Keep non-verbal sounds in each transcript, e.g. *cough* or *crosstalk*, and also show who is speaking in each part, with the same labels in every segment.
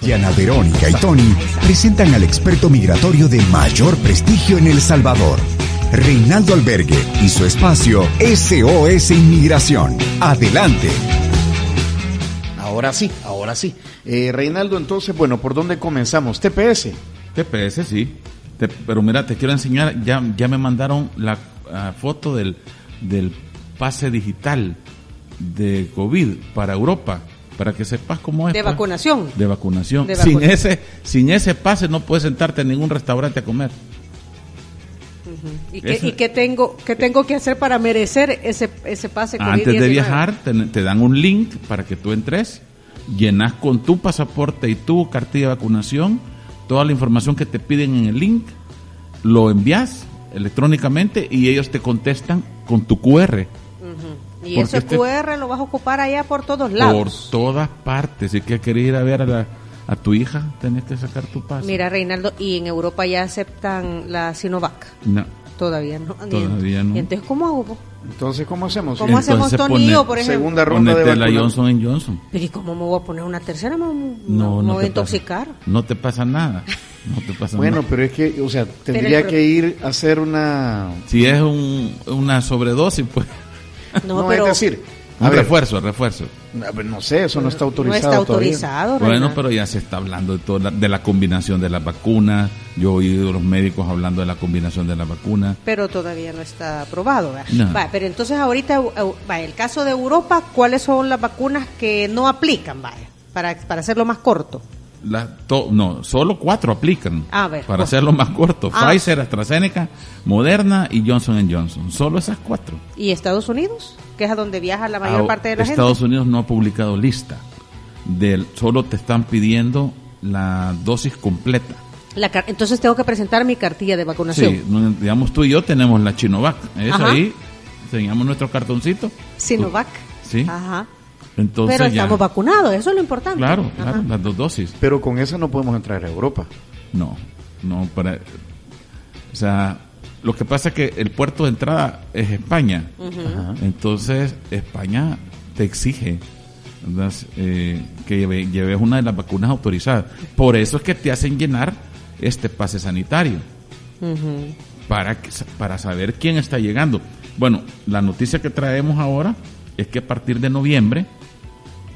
Speaker 1: Diana Verónica y Tony presentan al experto migratorio de mayor prestigio en El Salvador, Reinaldo Albergue, y su espacio SOS Inmigración. Adelante.
Speaker 2: Ahora sí, ahora sí. Eh, Reinaldo, entonces, bueno, ¿por dónde comenzamos? TPS.
Speaker 3: TPS, sí. Te- pero mira, te quiero enseñar, ya, ya me mandaron la ah, foto del, del pase digital de COVID para Europa, para que sepas cómo es.
Speaker 4: De
Speaker 3: pues.
Speaker 4: vacunación.
Speaker 3: De vacunación.
Speaker 4: De
Speaker 3: sin,
Speaker 4: vacunación.
Speaker 3: ese, sin ese pase no puedes sentarte en ningún restaurante a comer.
Speaker 4: ¿Y qué,
Speaker 3: Ese-
Speaker 4: y qué tengo, qué tengo que hacer para merecer ese, ese pase COVID-19?
Speaker 3: Antes de viajar, te, te dan un link para que tú entres, llenas con tu pasaporte y tu cartilla de vacunación, toda la información que te piden en el link, lo envías electrónicamente y ellos te contestan con tu QR
Speaker 4: Y
Speaker 3: porque
Speaker 4: ese
Speaker 3: este-
Speaker 4: QR lo vas a ocupar allá por todos lados.
Speaker 3: por todas partes. Si que querés ir a ver a, la- a tu hija, tenés que sacar tu pase.
Speaker 4: Mira, Reinaldo, y en Europa ya aceptan la Sinovac.
Speaker 3: No.
Speaker 4: Todavía no. Ni-
Speaker 3: Todavía no.
Speaker 4: ¿Y entonces cómo hago?
Speaker 2: Entonces, ¿cómo hacemos? Eh,
Speaker 4: ¿Cómo
Speaker 3: Entonces
Speaker 4: hacemos Tony y
Speaker 3: pone-
Speaker 4: yo, por ejemplo?
Speaker 2: Segunda ronda de
Speaker 3: Ponete la
Speaker 2: vacunación.
Speaker 3: Johnson en Johnson.
Speaker 4: Pero ¿y cómo me voy a poner una tercera? ¿Me, me-
Speaker 3: No, no,
Speaker 4: me voy a
Speaker 3: te
Speaker 4: intoxicar?
Speaker 3: Pasa, no te pasa nada. No te pasa
Speaker 2: Bueno,
Speaker 3: nada.
Speaker 2: pero es que, o sea, tendría
Speaker 4: el pro-
Speaker 2: que ir a hacer una...
Speaker 3: Si es un- una sobredosis, pues.
Speaker 2: No, es decir, a
Speaker 3: Un
Speaker 2: ver,
Speaker 3: refuerzo, refuerzo.
Speaker 2: a ver, no sé, eso no está
Speaker 4: no
Speaker 2: autorizado
Speaker 4: está
Speaker 2: todavía.
Speaker 4: autorizado.
Speaker 3: Bueno,
Speaker 4: Reinaldo.
Speaker 3: pero ya se está hablando de, toda la, de la combinación de las vacunas. Yo he oído a los médicos hablando de la combinación de las vacunas.
Speaker 4: pero todavía no está aprobado. ¿verdad?
Speaker 3: No.
Speaker 4: Va, pero entonces ahorita, eu- eu- va, el caso de Europa, ¿cuáles son las vacunas que no aplican, vaya? Para, para hacerlo más corto.
Speaker 3: La- to- no, solo cuatro aplican.
Speaker 4: A ver,
Speaker 3: para
Speaker 4: ¿cuál?
Speaker 3: hacerlo más corto.
Speaker 4: Ah.
Speaker 3: Pfizer, AstraZeneca, Moderna y Johnson Johnson. Solo esas cuatro.
Speaker 4: ¿Y Estados Unidos? Que es a donde viaja la mayor
Speaker 3: Ah,
Speaker 4: parte de la
Speaker 3: Estados
Speaker 4: gente.
Speaker 3: Unidos no ha publicado lista. Del, solo te están pidiendo la dosis completa.
Speaker 4: La car- entonces tengo que presentar mi cartilla de vacunación.
Speaker 3: Sí, no, digamos tú y yo tenemos la Chinovac. Es
Speaker 4: Ajá.
Speaker 3: ahí, enseñamos nuestro cartoncito.
Speaker 4: Sinovac.
Speaker 3: Sí.
Speaker 4: Ajá.
Speaker 3: Entonces
Speaker 4: pero
Speaker 3: ya.
Speaker 4: estamos vacunados, eso es lo importante.
Speaker 3: Claro,
Speaker 4: Ajá.
Speaker 3: claro, las dos dosis.
Speaker 2: Pero con esa no podemos entrar a Europa.
Speaker 3: No, no, para. O sea, lo que pasa es que el puerto de entrada es España.
Speaker 2: Ajá.
Speaker 3: Entonces, España te exige ¿verdad? Eh, que lleve- lleves una de las vacunas autorizadas. Por eso es que te hacen llenar este pase sanitario. para, que- para saber quién está llegando. Bueno, la noticia que traemos ahora es que a partir de noviembre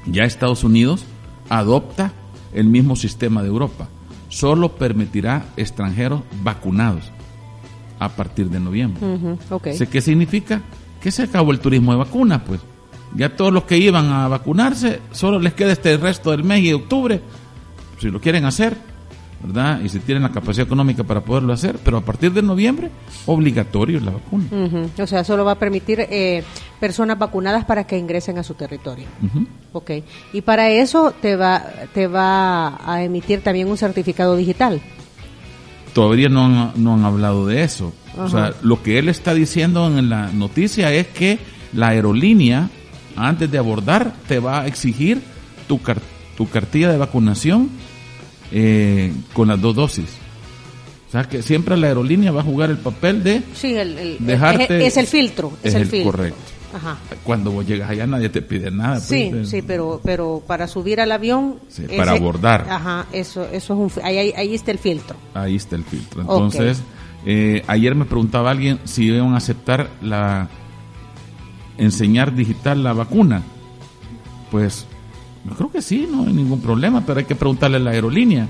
Speaker 3: ya Estados Unidos adopta el mismo sistema de Europa. Solo permitirá extranjeros vacunados a partir de noviembre.
Speaker 4: Ujú, Mm, ok.
Speaker 3: ¿Sé ¿Qué significa? Que se acabó el turismo de vacunas, pues. Ya todos los que iban a vacunarse, solo les queda este resto del mes y de octubre, si lo quieren hacer, ¿verdad? Y si tienen la capacidad económica para poderlo hacer, pero a partir de noviembre, obligatorio la vacuna.
Speaker 4: Ujú, O sea, solo va a permitir eh, personas vacunadas para que ingresen a su territorio.
Speaker 3: Ujú.
Speaker 4: Ok, y para eso te va, te va a emitir también un certificado digital.
Speaker 3: Todavía no han, no han hablado de eso. O sea,
Speaker 4: Ajá.
Speaker 3: lo que él está diciendo en la noticia es que la aerolínea, antes de abordar, te va a exigir tu, car- tu cartilla de vacunación eh, con las dos dosis. O sea, que siempre la aerolínea va a jugar el papel de
Speaker 4: Sí, el, el-
Speaker 3: Dejarte-
Speaker 4: es, es el filtro. Es,
Speaker 3: es
Speaker 4: el,
Speaker 3: el
Speaker 4: filtro.
Speaker 3: correcto.
Speaker 4: Ajá.
Speaker 3: cuando vos llegas allá nadie te pide nada.
Speaker 4: Sí,
Speaker 3: pues, eh,
Speaker 4: sí, pero pero para subir al avión,
Speaker 3: Sí, para abordar.
Speaker 4: Ajá, eso eso es un fi- ahí, ahí, ahí está el filtro.
Speaker 3: Ahí está el filtro.
Speaker 4: Ok.
Speaker 3: Entonces, eh, ayer me preguntaba alguien si iban a aceptar la enseñar digital la vacuna. Pues yo creo que sí, no hay ningún problema, pero hay que preguntarle a la aerolínea.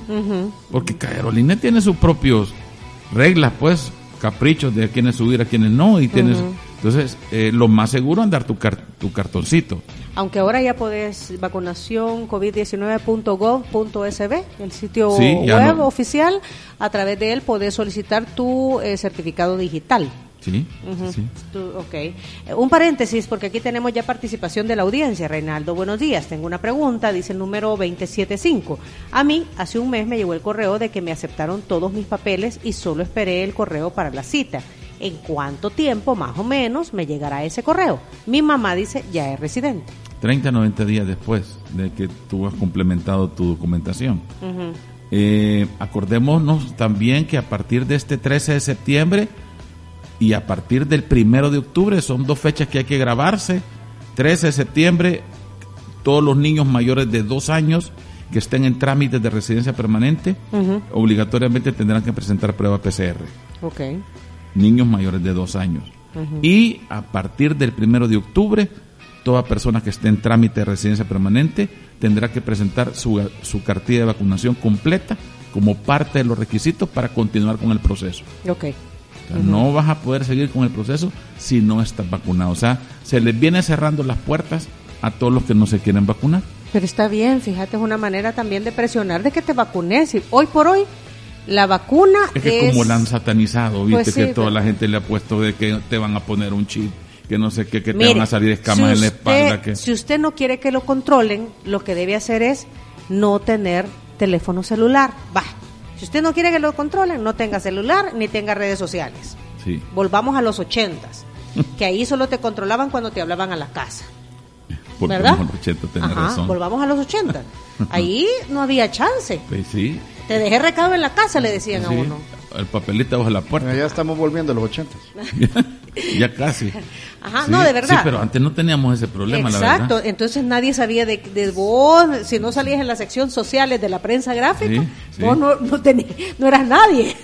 Speaker 3: Porque cada aerolínea tiene sus propios reglas, pues, caprichos de a quiénes subir, a quiénes no. y tienes, Entonces, eh, lo más seguro es andar tu, car- tu cartoncito.
Speaker 4: Aunque ahora ya podés vacunación covid19.gov.sb, el sitio
Speaker 3: Sí, ya
Speaker 4: web
Speaker 3: no-
Speaker 4: oficial, a través de él podés solicitar tu eh, certificado digital.
Speaker 3: ¿Sí?
Speaker 4: Ujú.
Speaker 3: sí.
Speaker 4: Tú- ok. Eh, Un paréntesis, porque aquí tenemos ya participación de la audiencia. Reinaldo, buenos días. Tengo una pregunta, dice el número 275. A mí, hace un mes me llegó el correo de que me aceptaron todos mis papeles y solo esperé el correo para la cita. ¿En cuánto tiempo, más o menos, me llegará ese correo? Mi mamá dice, ya es residente.
Speaker 3: 30 a 90 días después de que tú has complementado tu documentación. Eh, acordémonos también que a partir de este 13 de septiembre y a partir del 1 de octubre son dos fechas que hay que grabarse. 13 de septiembre, todos los niños mayores de dos años que estén en trámites de residencia permanente
Speaker 4: Ujú.
Speaker 3: obligatoriamente tendrán que presentar prueba PCR,
Speaker 4: Ok.
Speaker 3: niños mayores de dos años. Y a partir del primero de octubre, toda persona que esté en trámite de residencia permanente tendrá que presentar su, su cartilla de vacunación completa como parte de los requisitos para continuar con el proceso.
Speaker 4: Ok.
Speaker 3: O sea, No vas a poder seguir con el proceso si no estás vacunado. O sea, se les viene cerrando las puertas a todos los que no se quieren vacunar.
Speaker 4: Pero está bien, fíjate, es una manera también de presionar de que te vacunes. Y hoy por hoy, la vacuna
Speaker 3: Es que como la han satanizado, viste,
Speaker 4: Pues sí,
Speaker 3: que toda
Speaker 4: pero-
Speaker 3: la gente le ha puesto de que te van a poner un chip, que no sé qué, que
Speaker 4: Mire,
Speaker 3: te van a salir escamas
Speaker 4: si
Speaker 3: en la
Speaker 4: usted-
Speaker 3: espalda. Que...
Speaker 4: Si usted no quiere que lo controlen, lo que debe hacer es no tener teléfono celular. Va. Si usted no quiere que lo controlen, no tenga celular ni tenga redes sociales.
Speaker 3: Sí.
Speaker 4: Volvamos a
Speaker 3: *laughs*
Speaker 4: los ochentas, que ahí solo te controlaban cuando te hablaban a la casa.
Speaker 3: Porque
Speaker 4: ¿Verdad?
Speaker 3: mejor Cheto tenés
Speaker 4: Ajá,
Speaker 3: razón.
Speaker 4: Volvamos a
Speaker 3: *laughs*
Speaker 4: los 80. Ahí no había chance.
Speaker 3: Pues sí.
Speaker 4: Te dejé recado en la casa, le decían a
Speaker 3: sí.
Speaker 4: uno.
Speaker 3: El papelito bajo la puerta.
Speaker 2: Ya estamos volviendo a los ochentas.
Speaker 3: *laughs* ya casi. Sí,
Speaker 4: Ajá, Ah, no, de
Speaker 3: Sí,
Speaker 4: verdad.
Speaker 3: pero antes no teníamos ese problema, la verdad.
Speaker 4: Exacto, entonces nadie sabía de, de vos, si no salías en la sección sociales de la prensa gráfica,
Speaker 3: Sí, sí.
Speaker 4: vos no, no, tenés- no eras nadie.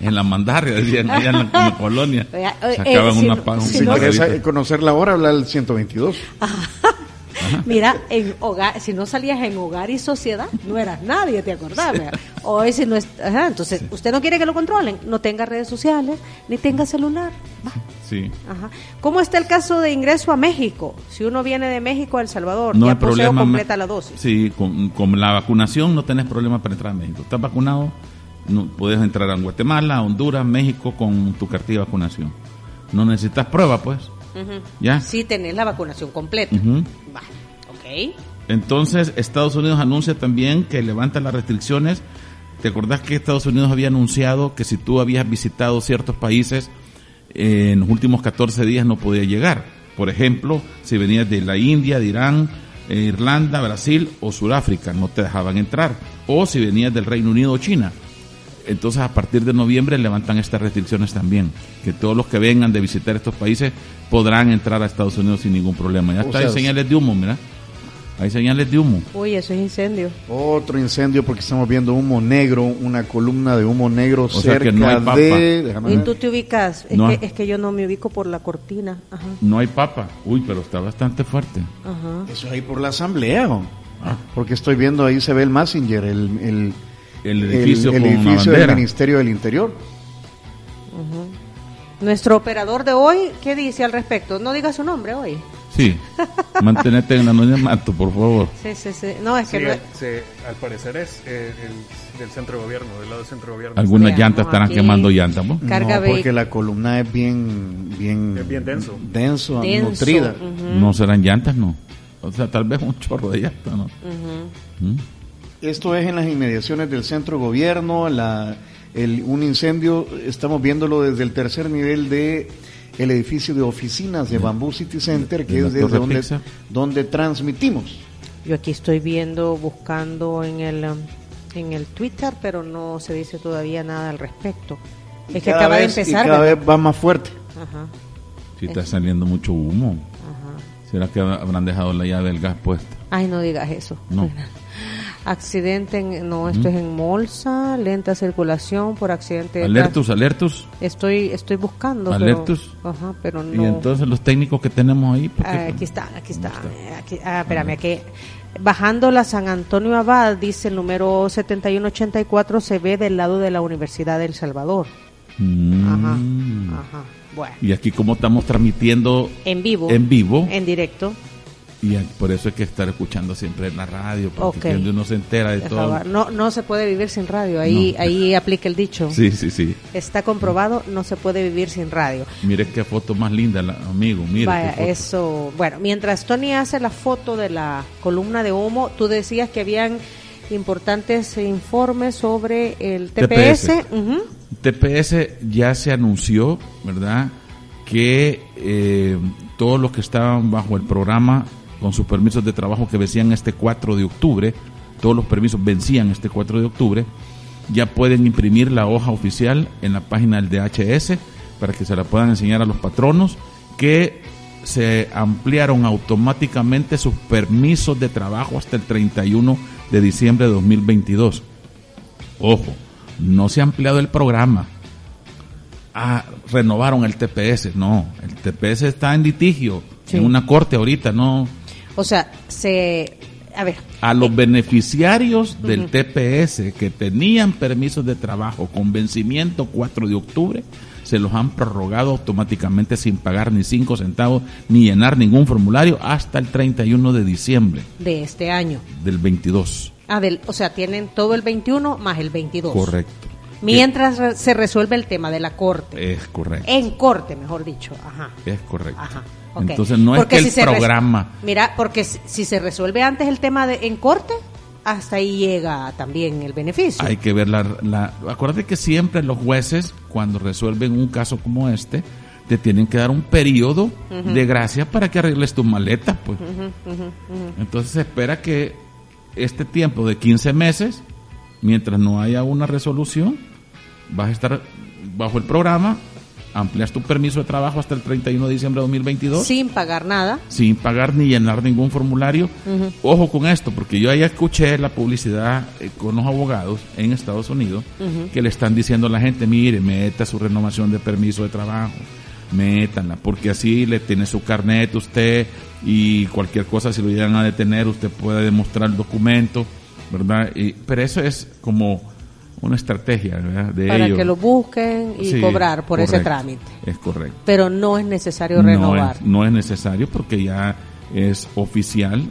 Speaker 3: En la mandarria, decían allá en la, en
Speaker 4: *laughs*
Speaker 3: la colonia.
Speaker 4: Vea, eh,
Speaker 3: Sacaban
Speaker 4: eh, si
Speaker 3: una
Speaker 4: no-
Speaker 3: paja. un
Speaker 4: si
Speaker 2: Si
Speaker 4: no-
Speaker 2: querés
Speaker 3: cigarrito.
Speaker 2: eh, conocer la hora, habla al 122.
Speaker 4: Mira, en hogar, si no salías en hogar y sociedad, no eras nadie, ¿te acordás? vea? Hoy si no es, ajá, entonces, usted no quiere que lo controlen, no tenga redes sociales, ni tenga celular. Va.
Speaker 3: Sí.
Speaker 4: Ajá. ¿Cómo está el caso de ingreso a México? Si uno viene de México a El Salvador,
Speaker 3: No
Speaker 4: ya
Speaker 3: hay problema.
Speaker 4: completa la dosis.
Speaker 3: Sí, con, con la vacunación no tenés problema para entrar a México. Estás vacunado, no, puedes entrar a Guatemala, a Honduras, México con tu cartilla de vacunación. No necesitas prueba, pues. ¿Ya?
Speaker 4: Sí, tenés la vacunación completa.
Speaker 3: Ujú.
Speaker 4: Va. Ok.
Speaker 3: Entonces, Estados Unidos anuncia también que levanta las restricciones. ¿Te acordás que Estados Unidos había anunciado que si tú habías visitado ciertos países eh, en los últimos 14 días no podías llegar? Por ejemplo, si venías de la India, de Irán, eh, Irlanda, Brasil o Sudáfrica, no te dejaban entrar. O si venías del Reino Unido o China. Entonces, a partir de noviembre levantan estas restricciones también. Que todos los que vengan de visitar estos países podrán entrar a Estados Unidos sin ningún problema. Ya
Speaker 2: O
Speaker 3: está,
Speaker 2: sea,
Speaker 3: hay señales de humo, mira. Hay señales de humo.
Speaker 4: Uy, eso es incendio.
Speaker 2: Otro incendio porque estamos viendo humo negro, una columna de humo negro
Speaker 3: sea
Speaker 2: cerca
Speaker 3: que no hay papa.
Speaker 2: de... déjame
Speaker 4: Y
Speaker 2: ver.
Speaker 4: tú te ubicas, es,
Speaker 3: No.
Speaker 4: que, es que yo no me ubico por la cortina. Ajá,
Speaker 3: No hay papa. Uy, pero está bastante fuerte.
Speaker 4: ajá.
Speaker 2: Eso es ahí por la asamblea. ¿o? Porque estoy viendo ahí se ve el Massinger, el, el,
Speaker 3: El edificio
Speaker 2: el- el
Speaker 3: con una
Speaker 2: edificio del
Speaker 3: bandera.
Speaker 2: Ministerio del Interior.
Speaker 4: Nuestro operador de hoy, ¿qué dice al respecto? No diga su nombre hoy.
Speaker 3: Sí. Mantenete en anonimato, por favor.
Speaker 4: Sí, sí, sí. No, es que
Speaker 5: Sí,
Speaker 2: eh.
Speaker 4: no-
Speaker 5: al- se- al parecer es eh, el- del centro de gobierno, del lado del centro de gobierno.
Speaker 3: Algunas
Speaker 4: Veamos
Speaker 3: llantas estarán
Speaker 4: aquí.
Speaker 3: quemando llantas. ¿no?
Speaker 4: Carga
Speaker 2: no,
Speaker 4: vehi-
Speaker 2: porque la columna es bien... Bien,
Speaker 5: Es bien denso.
Speaker 2: Denso,
Speaker 4: Denso,
Speaker 2: nutrida.
Speaker 4: ujú.
Speaker 3: No serán llantas, no. O sea, tal vez un chorro de llantas, ¿no? ¿Mm?
Speaker 2: Esto es en las inmediaciones del centro de gobierno, la, el, un incendio, estamos viéndolo desde el tercer nivel de el edificio de oficinas de Bamboo City Center, que
Speaker 3: de la
Speaker 2: es desde
Speaker 3: Torre
Speaker 2: donde,
Speaker 3: Pizza.
Speaker 2: donde transmitimos.
Speaker 4: Yo aquí estoy viendo, buscando en el, um, en el Twitter, pero no se dice todavía nada al respecto.
Speaker 2: Y
Speaker 4: es que
Speaker 2: cada
Speaker 4: acaba
Speaker 2: vez-
Speaker 4: de
Speaker 2: y
Speaker 4: empezar.
Speaker 2: cada
Speaker 4: ¿verdad?
Speaker 2: vez va más fuerte.
Speaker 4: Ajá,
Speaker 3: Sí, está saliendo mucho humo.
Speaker 4: ajá.
Speaker 3: ¿Será que habrán dejado la llave del gas puesta?
Speaker 4: Ay, no digas eso.
Speaker 3: No.
Speaker 4: *laughs* Accidente, en, no, esto es en Molsa, lenta circulación por accidente. de
Speaker 3: Alertus, alertus.
Speaker 4: tráfico. Estoy, estoy buscando. pero-
Speaker 3: Alertus.
Speaker 4: ajá, pero no.
Speaker 3: Y entonces los técnicos que tenemos ahí. ¿por qué?
Speaker 4: Ah, aquí está, aquí está.
Speaker 3: ¿Dónde
Speaker 4: eh, Aquí, ah, espérame, aquí. Bajando la San Antonio Abad, dice el número 7184, se ve del lado de la Universidad del Salvador. Ajá,
Speaker 3: Mm.
Speaker 4: ajá. Eh. Bueno,
Speaker 3: Y aquí como estamos transmitiendo
Speaker 4: en vivo.
Speaker 3: En vivo.
Speaker 4: En directo.
Speaker 3: y a- por eso hay que estar escuchando siempre en la radio, porque
Speaker 4: Ok.
Speaker 3: es donde uno se entera de
Speaker 4: por
Speaker 3: todo.
Speaker 4: favor. No, no se puede vivir sin radio, ahí,
Speaker 3: No.
Speaker 4: ahí aplica el dicho.
Speaker 3: Sí, sí, sí.
Speaker 4: Está comprobado, no se puede vivir sin radio.
Speaker 3: Mire qué foto más linda, la- amigo. Mire.
Speaker 4: Vaya,
Speaker 3: qué foto.
Speaker 4: eso. Bueno, mientras Tony hace la foto de la columna de humo, tú decías que habían importantes informes sobre el TPS.
Speaker 3: TPS.
Speaker 4: Ujú.
Speaker 3: TPS ya se anunció, ¿verdad? Que eh, todos los que estaban bajo el programa con sus permisos de trabajo que vencían este 4 de octubre, todos los permisos vencían este 4 de octubre, ya pueden imprimir la hoja oficial en la página del DHS para que se la puedan enseñar a los patronos que se ampliaron automáticamente sus permisos de trabajo hasta el 31 de diciembre de 2022. Ojo, no se ha ampliado el programa. Ah, renovaron el TPS. No, el TPS está en litigio,
Speaker 4: Sí.
Speaker 3: en una corte ahorita, no.
Speaker 4: O sea, se. A ver.
Speaker 3: A los beneficiarios del TPS que tenían permisos de trabajo con vencimiento 4 de octubre, se los han prorrogado automáticamente sin pagar ni 5 centavos ni llenar ningún formulario hasta el 31 de diciembre
Speaker 4: De este año.
Speaker 3: del 22.
Speaker 4: Ah, del- o sea, tienen todo el 21 más el 22.
Speaker 3: Correcto.
Speaker 4: Mientras re- se resuelve el tema de la corte.
Speaker 3: Es correcto.
Speaker 4: En corte, mejor dicho. Ajá.
Speaker 3: Es correcto.
Speaker 4: Ajá. ok.
Speaker 3: Entonces no
Speaker 4: Porque
Speaker 3: es que
Speaker 4: si
Speaker 3: el
Speaker 4: se res-
Speaker 3: programa...
Speaker 4: Mira, porque si, si se resuelve antes el tema de en corte, hasta ahí llega también el beneficio.
Speaker 3: Hay que ver la, la... Acuérdate que siempre los jueces, cuando resuelven un caso como este, te tienen que dar un periodo de gracia para que arregles tus maletas, pues. Entonces se espera que este tiempo de 15 meses, mientras no haya una resolución, vas a estar bajo el programa, amplias tu permiso de trabajo hasta el 31 de diciembre de 2022
Speaker 4: Sin pagar nada.
Speaker 3: sin pagar ni llenar ningún formulario. Ojo con esto, porque yo ya escuché la publicidad eh, con los abogados en Estados Unidos que le están diciendo a la gente, mire, meta su renovación de permiso de trabajo, métanla, porque así le tiene su carnet usted y cualquier cosa, si lo llegan a detener, usted puede demostrar el documento, ¿verdad? Y- pero eso es como una estrategia, ¿verdad? De
Speaker 4: Para
Speaker 3: ellos.
Speaker 4: que lo busquen y
Speaker 3: Sí,
Speaker 4: cobrar por ese
Speaker 3: correcto,
Speaker 4: trámite.
Speaker 3: Es correcto
Speaker 4: Pero no es necesario
Speaker 3: no
Speaker 4: renovar.
Speaker 3: es, no es necesario porque ya es oficial.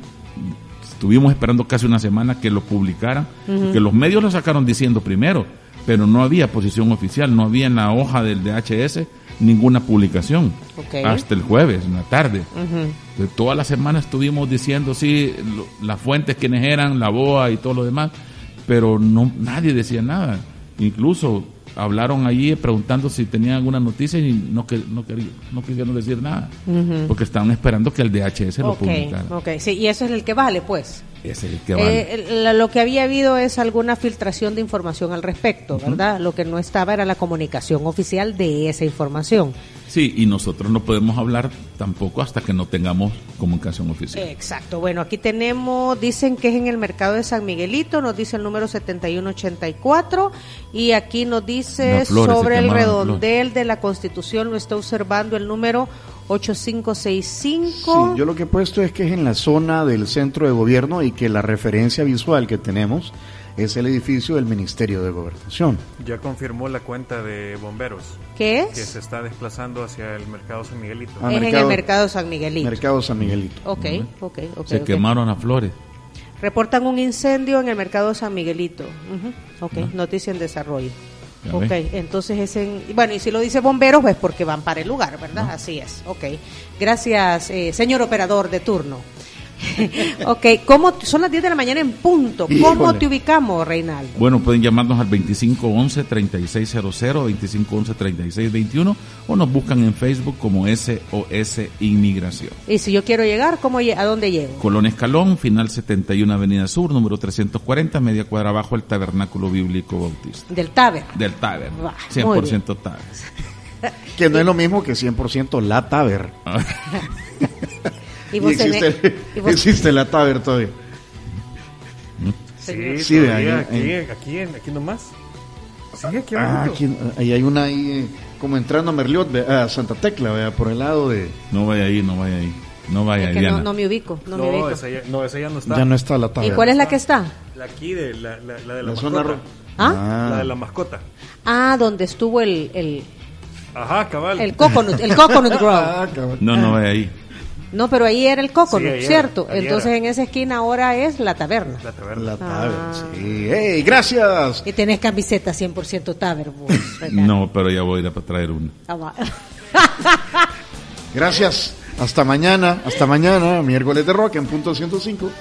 Speaker 3: Estuvimos esperando casi una semana que lo publicaran, que los medios lo sacaron diciendo primero, pero no había posición oficial, no había en la hoja del DHS ninguna publicación
Speaker 4: Ok.
Speaker 3: hasta el jueves en la tarde. De toda la semana estuvimos diciendo sí lo- las fuentes quiénes eran, la BOA y todo lo demás, pero no nadie decía nada. Incluso hablaron allí preguntando si tenían alguna noticia y no que- no, querí- no quisieron decir nada, porque estaban esperando que el DHS lo
Speaker 4: Ok,
Speaker 3: publicara.
Speaker 4: ok. Sí, y eso es el que vale, pues.
Speaker 3: Ese es el que vale.
Speaker 4: Eh, el- la- lo que había habido es alguna filtración de información al respecto, ¿verdad? Lo que no estaba era la comunicación oficial de esa información.
Speaker 3: Sí, y nosotros no podemos hablar tampoco hasta que no tengamos comunicación oficial.
Speaker 4: Exacto. Bueno, aquí tenemos, dicen que es en el mercado de San Miguelito, nos dice el número 7184 y aquí nos dice
Speaker 3: Las flores, se
Speaker 4: sobre el
Speaker 3: quemaron
Speaker 4: redondel de la Constitución, lo está observando el número
Speaker 2: Sí,
Speaker 4: 8565.
Speaker 2: yo lo que he puesto es que es en la zona del centro de gobierno y que la referencia visual que tenemos es el edificio del Ministerio de Gobernación.
Speaker 5: Ya confirmó la cuenta de bomberos
Speaker 4: ¿Qué es?
Speaker 5: que se está desplazando hacia el mercado San Miguelito.
Speaker 2: Ah,
Speaker 4: es en el
Speaker 2: mercado-
Speaker 4: mercado San Miguelito.
Speaker 2: Mercado San Miguelito.
Speaker 4: Ok, ok, ok.
Speaker 3: Se
Speaker 4: ok.
Speaker 3: quemaron las flores.
Speaker 4: Reportan un incendio en el mercado San Miguelito. Ujú, Ok, noticia en desarrollo.
Speaker 3: Ya
Speaker 4: Ok,
Speaker 3: ves.
Speaker 4: entonces es en... Bueno, y si lo dice bomberos, pues porque van para el lugar, ¿verdad? Así es, ok. Gracias, eh, señor operador de turno. *laughs* ok, ¿cómo, t- son las 10 de la mañana en punto. ¿Cómo
Speaker 2: Híjole.
Speaker 4: te ubicamos, Reinaldo?
Speaker 3: Bueno, pueden llamarnos al 2511-3600, 2511-3621 o nos buscan en Facebook como SOS Inmigración.
Speaker 4: Y si yo quiero llegar, ¿cómo, lle- ¿a dónde llego?
Speaker 3: Colón Escalón, final 71 Avenida Sur, número 340, media cuadra abajo, el Tabernáculo Bíblico Bautista.
Speaker 4: Del Taber.
Speaker 3: Del Taber,
Speaker 4: Bah, muy
Speaker 3: 100% Taber.
Speaker 2: Que no es lo mismo que 100% la Taber. Y, existe,
Speaker 4: tenés- y vos-
Speaker 2: existe la Taber todavía.
Speaker 5: Sí,
Speaker 2: Sí, de
Speaker 5: todavía,
Speaker 2: ahí,
Speaker 5: aquí,
Speaker 2: eh.
Speaker 5: aquí, en- aquí nomás. Sí, aquí
Speaker 2: Ah,
Speaker 5: abajo.
Speaker 2: aquí, ahí hay una ahí, eh, como entrando a Merliot, ve- a Santa Tecla, vea, por el lado de...
Speaker 3: *laughs* No vaya ahí, no vaya ahí. No vaya,
Speaker 4: Es que no,
Speaker 3: Diana.
Speaker 4: no me ubico, no,
Speaker 5: No,
Speaker 4: me ubico.
Speaker 5: esa ya, no, esa ya no está.
Speaker 2: Ya no está la
Speaker 4: ¿Y
Speaker 2: Taber.
Speaker 4: cuál es la que está?
Speaker 5: La aquí de la, la, la de la,
Speaker 2: La
Speaker 5: mascota.
Speaker 2: zona... ro-
Speaker 4: ¿Ah?
Speaker 5: La de la mascota.
Speaker 4: Ah, donde estuvo el, el,
Speaker 5: Ajá, cabal.
Speaker 4: el coconut, el coconut grove.
Speaker 2: Ah, cabrón.
Speaker 3: No, no vaya ahí.
Speaker 4: No, pero ahí era el coconut,
Speaker 5: Sí, ahí era,
Speaker 4: ¿cierto?
Speaker 5: ahí
Speaker 4: Entonces
Speaker 5: era.
Speaker 4: en esa esquina ahora es la taberna.
Speaker 5: La taberna.
Speaker 2: La
Speaker 4: Ah.
Speaker 2: Taber, sí. ¡Ey, gracias!
Speaker 4: Y tenés camiseta 100% taber, vos, ¿verdad?
Speaker 3: No, pero ya voy a ir a traer una.
Speaker 4: Ah, va.
Speaker 2: Gracias. Hasta mañana, hasta mañana, miércoles de rock en punto 105.